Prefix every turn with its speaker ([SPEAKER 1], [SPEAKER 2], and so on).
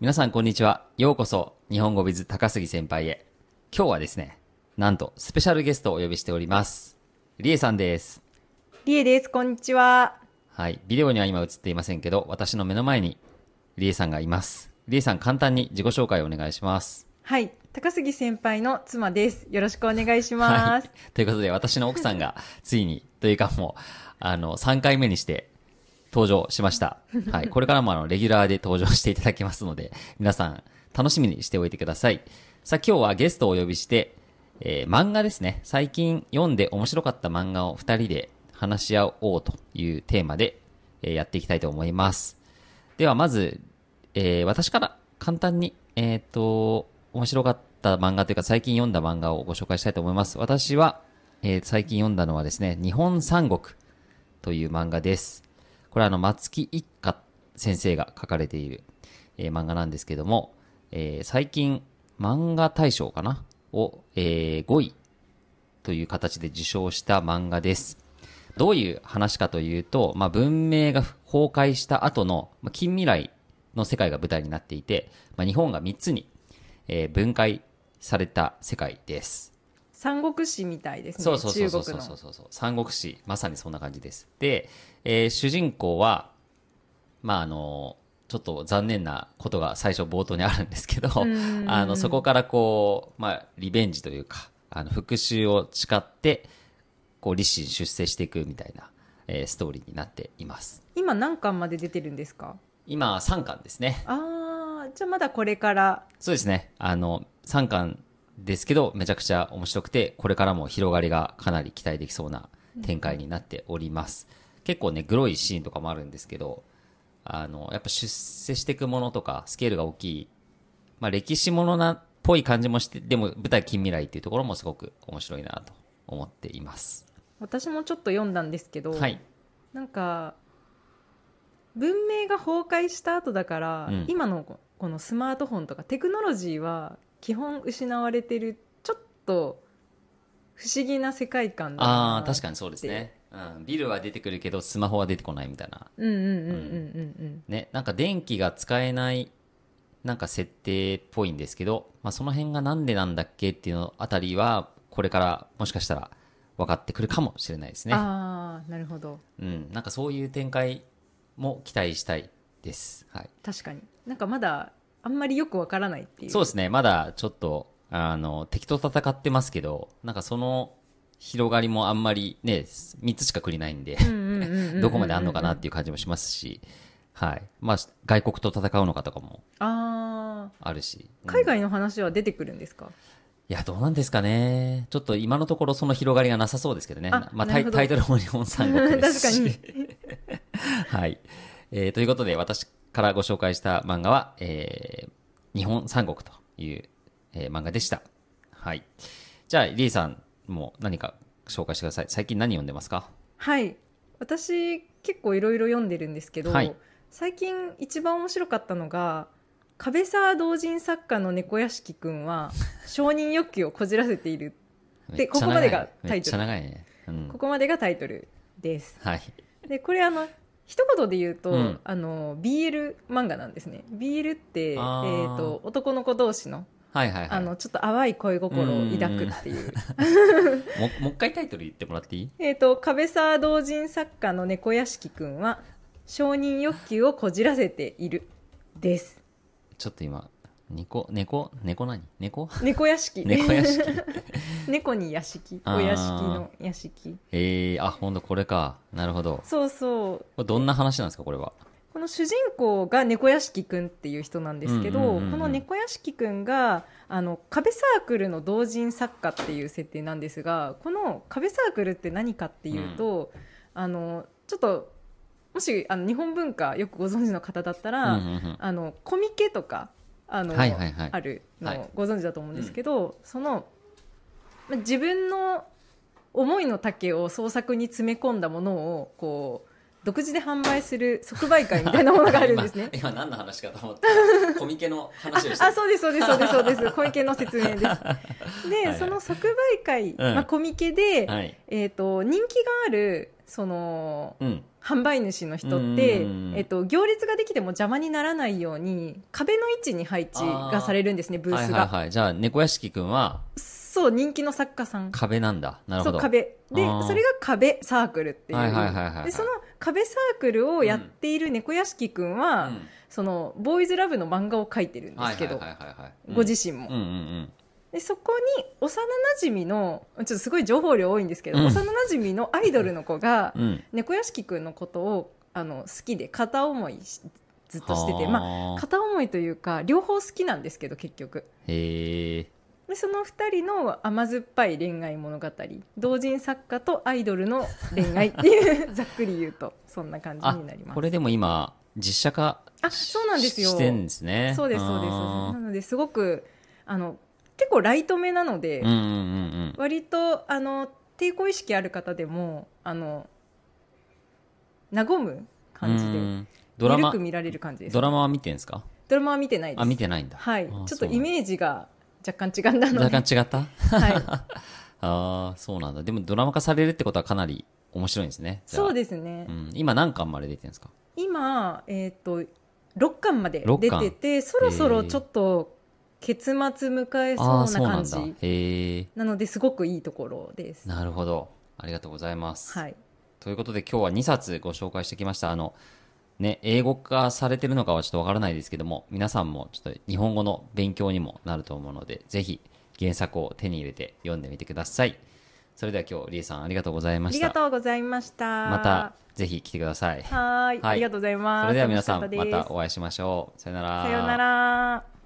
[SPEAKER 1] 皆さんこんにちは。ようこそ、日本語 with 高杉先輩へ。今日はですね、なんとスペシャルゲストをお呼びしております。りえさんです。
[SPEAKER 2] りえです。こんにちは。
[SPEAKER 1] はい。ビデオには今映っていませんけど、私の目の前にりえさんがいます。りえさん簡単に自己紹介をお願いします。
[SPEAKER 2] はい。高杉先輩の妻です。よろしくお願いします。
[SPEAKER 1] はい。 ということで、私の奥さんが、ついに、というかもう、あの、3回目にして、登場しました。はい。これからも、あの、レギュラーで登場していただきますので、皆さん、楽しみにしておいてください。さあ、今日はゲストをお呼びして、えー漫画ですね。最近読んで面白かった漫画を2人で話し合おうというテーマで、えーやっていきたいと思います。では、まず、えー私から簡単に、えっ、と、面白かった漫画というか最近読んだ漫画をご紹介したいと思います。私は、えー最近読んだのはですね、日本三国という漫画です。これはあの、松木一家先生が書かれている、えー漫画なんですけども、えー最近、漫画大賞かなを、え5位という形で受賞した漫画です。どういう話かというと、まあ、文明が崩壊した後の、まあ、近未来の世界が舞台になっていて、まあ、日本が3つに、えー分解された世界です。
[SPEAKER 2] 三国志みたいですね。
[SPEAKER 1] そうそうそうそう
[SPEAKER 2] 中
[SPEAKER 1] そう
[SPEAKER 2] 国
[SPEAKER 1] そう
[SPEAKER 2] の。
[SPEAKER 1] そう三国志まさにそんな感じですで、えー主人公はまああのちょっと残念なことが最初冒頭にあるんですけどあのそこからこう、まあ、リベンジというかあの復讐を誓ってこう立身出世していくみたいな、えーストーリーになっています
[SPEAKER 2] 今何巻まで出てるんですか
[SPEAKER 1] 今3巻ですね
[SPEAKER 2] あー、じゃあまだこれから。
[SPEAKER 1] そうですね。あの、3巻ですけど、めちゃくちゃ面白くて、これからも広がりがかなり期待できそうな展開になっております。結構ね、グロいシーンとかもあるんですけど、あの、やっぱ出世していくものとか、スケールが大きい、まあ歴史ものなっぽい感じもして、でも舞台近未来っていうところもすごく面白いなと思っています。
[SPEAKER 2] 私もちょっと読んだんですけど、
[SPEAKER 1] はい。
[SPEAKER 2] なんか、文明が崩壊した後だから、
[SPEAKER 1] うん
[SPEAKER 2] 今のここのスマートフォンとかテクノロジーは基本失われてる、ちょっと不思議な世界観だな
[SPEAKER 1] ああ、確かにそうですね。うん。ビルは出てくるけど、スマホは出てこないみたいな
[SPEAKER 2] うんうんうんうんうんうん。
[SPEAKER 1] ね、なんか電気が使えない、なんか設定っぽいんですけど、まあその辺がなんでなんだっけっていうのあたりは、これからもしかしたら分かってくるかもしれないですね。
[SPEAKER 2] ああなるほど
[SPEAKER 1] うん。なんかそういう展開も期待したいです。はい。
[SPEAKER 2] 確かになんかまだあんまりよくわからないっていう
[SPEAKER 1] そうですね。まだちょっと、あの、敵と戦ってますけど、なんかその広がりもあんまりね、3つしかくりないんで、 ど
[SPEAKER 2] ど
[SPEAKER 1] こまであんのかなっていう感じもしますし、はい。まあ外国と戦うのかとかも
[SPEAKER 2] あ
[SPEAKER 1] あるし。
[SPEAKER 2] あ海外の話は出てくるんですか、
[SPEAKER 1] いや、どうなんですかね。ちょっと今のところその広がりがなさそうですけどね。
[SPEAKER 2] あ
[SPEAKER 1] まあ
[SPEAKER 2] な
[SPEAKER 1] タ
[SPEAKER 2] る
[SPEAKER 1] イ
[SPEAKER 2] ほど
[SPEAKER 1] タイトルも日本 三国ですし。
[SPEAKER 2] 確
[SPEAKER 1] かに。はい、えーということで、私からご紹介した漫画は、えー日本三国という、えー漫画でした。はい。じゃあ、リーさんも何か紹介してください。最近何読んでますか
[SPEAKER 2] はい私結構いろいろ読んでるんですけど、
[SPEAKER 1] はい
[SPEAKER 2] 最近一番面白かったのが壁沢同人作家の猫屋敷くんは承認欲求をこじらせている
[SPEAKER 1] め
[SPEAKER 2] で
[SPEAKER 1] っちゃ
[SPEAKER 2] ここま
[SPEAKER 1] 長
[SPEAKER 2] で
[SPEAKER 1] い
[SPEAKER 2] がタイトル
[SPEAKER 1] めっちゃ長いね。うん
[SPEAKER 2] こ。こまでがタイトルです
[SPEAKER 1] はい。
[SPEAKER 2] でこれあの一言で言うと、
[SPEAKER 1] うん
[SPEAKER 2] あの BL 漫画なんですね BL って、え
[SPEAKER 1] あー
[SPEAKER 2] ー、と男の子同士の
[SPEAKER 1] はいはいは
[SPEAKER 2] あ
[SPEAKER 1] い。も
[SPEAKER 2] のちょっと淡い恋心を抱くっていう。
[SPEAKER 1] もう一回タイトル言ってもらっていい
[SPEAKER 2] えっと壁沢同人作家の猫屋敷くんは承認欲求をこじらせているです。
[SPEAKER 1] ちょっと今、猫、猫、猫何 猫
[SPEAKER 2] 猫屋敷。
[SPEAKER 1] 猫屋敷。
[SPEAKER 2] 猫に屋敷。
[SPEAKER 1] あー
[SPEAKER 2] お屋敷の屋敷。
[SPEAKER 1] ええあ、ほんとこれか。なるほど。
[SPEAKER 2] そうそう。
[SPEAKER 1] これどんな話なんですか、これは。
[SPEAKER 2] この主人公が猫屋敷くんっていう人なんですけど、
[SPEAKER 1] うんうんうんうん
[SPEAKER 2] この猫屋敷くんがあの壁サークルの同人作家っていう設定なんですがこの壁サークルって何かっていうと、あのちょっともしあの日本文化よくご存知の方だったら、
[SPEAKER 1] うんうんうん
[SPEAKER 2] あのコミケとかあの、
[SPEAKER 1] はいはいはい
[SPEAKER 2] あるの
[SPEAKER 1] はい
[SPEAKER 2] をご存知だと思うんですけど、そのま自分の思いの丈を創作に詰め込んだものをこう独自で販売する即売会みたいなものがあるんですね。
[SPEAKER 1] 今今何の話かと思ったら、コミケの
[SPEAKER 2] あ
[SPEAKER 1] 話をして
[SPEAKER 2] あそうですそうですそうですそうです小池の説明です。で、
[SPEAKER 1] はい
[SPEAKER 2] その即売会、
[SPEAKER 1] うん
[SPEAKER 2] まあ、コミケで、
[SPEAKER 1] はい。
[SPEAKER 2] えー、と人気があるその
[SPEAKER 1] うん。
[SPEAKER 2] 販売主の人っ
[SPEAKER 1] う
[SPEAKER 2] て
[SPEAKER 1] ん、
[SPEAKER 2] えっと、行列ができても邪魔にならないように壁の位置に配置がされるんですねブースが、
[SPEAKER 1] はいはいはい。じゃあ、猫屋敷くんは
[SPEAKER 2] そう人気の作家さん
[SPEAKER 1] 壁なんだ。なる
[SPEAKER 2] そ
[SPEAKER 1] ほ
[SPEAKER 2] う
[SPEAKER 1] ど。
[SPEAKER 2] 壁で
[SPEAKER 1] あー
[SPEAKER 2] それが壁サークルっていう、
[SPEAKER 1] はいはいはいはいはい
[SPEAKER 2] でその壁サークルをやっている猫屋敷くん
[SPEAKER 1] う
[SPEAKER 2] は、
[SPEAKER 1] ん
[SPEAKER 2] そのボーイズラブの漫画を書いてるんで
[SPEAKER 1] はい
[SPEAKER 2] す
[SPEAKER 1] は
[SPEAKER 2] け
[SPEAKER 1] い
[SPEAKER 2] ど、
[SPEAKER 1] はいはいはい。
[SPEAKER 2] ご自身も、
[SPEAKER 1] 身うんうん
[SPEAKER 2] でそこに幼なじみのちょっとすごい情報量多いんですけど、
[SPEAKER 1] うん
[SPEAKER 2] 幼なじみのアイドルの子が
[SPEAKER 1] うん。うん。
[SPEAKER 2] 猫屋敷くんのことをあの好きで片思いしずっとしててま
[SPEAKER 1] ま
[SPEAKER 2] あ、片思いというか両方好きなんですけど結局
[SPEAKER 1] へえ。
[SPEAKER 2] でその2人の甘酸っぱい恋愛物語同人作家とアイドルの恋愛っていうざっくり言うとそんな感じ
[SPEAKER 1] あ
[SPEAKER 2] になり、ます
[SPEAKER 1] これでも今、実写化
[SPEAKER 2] あ
[SPEAKER 1] し
[SPEAKER 2] そうなんですよ
[SPEAKER 1] してんですね。
[SPEAKER 2] そうですそうです
[SPEAKER 1] あ
[SPEAKER 2] な
[SPEAKER 1] ー
[SPEAKER 2] のですごくあの結構ライト目なので、
[SPEAKER 1] うんうんうん
[SPEAKER 2] 割とあの抵抗意識ある方でもあの和む
[SPEAKER 1] うん。
[SPEAKER 2] 感じで
[SPEAKER 1] うんドラ
[SPEAKER 2] 緩
[SPEAKER 1] マ
[SPEAKER 2] く、見られる感じです
[SPEAKER 1] ドラマは見てんですか
[SPEAKER 2] ドラマは見てないです
[SPEAKER 1] あ、見てないんだ。
[SPEAKER 2] はい
[SPEAKER 1] あ
[SPEAKER 2] ちょっと
[SPEAKER 1] そうなんだ
[SPEAKER 2] イメージが若干違 うんだので
[SPEAKER 1] 若干違った
[SPEAKER 2] はい、
[SPEAKER 1] ああ、そうなんだ。でもドラマ化されるってことはかなり面白いんですね。
[SPEAKER 2] そう
[SPEAKER 1] で
[SPEAKER 2] ですね、
[SPEAKER 1] うん、今何巻まで出てるんですか
[SPEAKER 2] 今、えっと6巻まで
[SPEAKER 1] 六
[SPEAKER 2] 出
[SPEAKER 1] 巻
[SPEAKER 2] ててそろそろちょっと結末迎え
[SPEAKER 1] ああー、
[SPEAKER 2] そうな感じ
[SPEAKER 1] そう
[SPEAKER 2] な
[SPEAKER 1] なんだ。へえ。
[SPEAKER 2] のですごくいいところです。
[SPEAKER 1] なるほど。ありがとうございます。
[SPEAKER 2] はい、
[SPEAKER 1] ということで今日は2冊ご紹介してきました。あの、ね、英語化されてるのかはちょっとわからないですけども、皆さんもちょっと日本語の勉強にもなると思うので、ぜひ原作を手に入れて読んでみてください。それでは今日、リエさんありがとうござい
[SPEAKER 2] あ
[SPEAKER 1] まし
[SPEAKER 2] り
[SPEAKER 1] た。
[SPEAKER 2] がとうございました。
[SPEAKER 1] また、ぜひ来てください。
[SPEAKER 2] はーい
[SPEAKER 1] はい
[SPEAKER 2] ありがとうございます。
[SPEAKER 1] それでは皆さん、
[SPEAKER 2] 楽し
[SPEAKER 1] ま
[SPEAKER 2] かった
[SPEAKER 1] お会いしましょう。さよな
[SPEAKER 2] です
[SPEAKER 1] ら。
[SPEAKER 2] さようなら。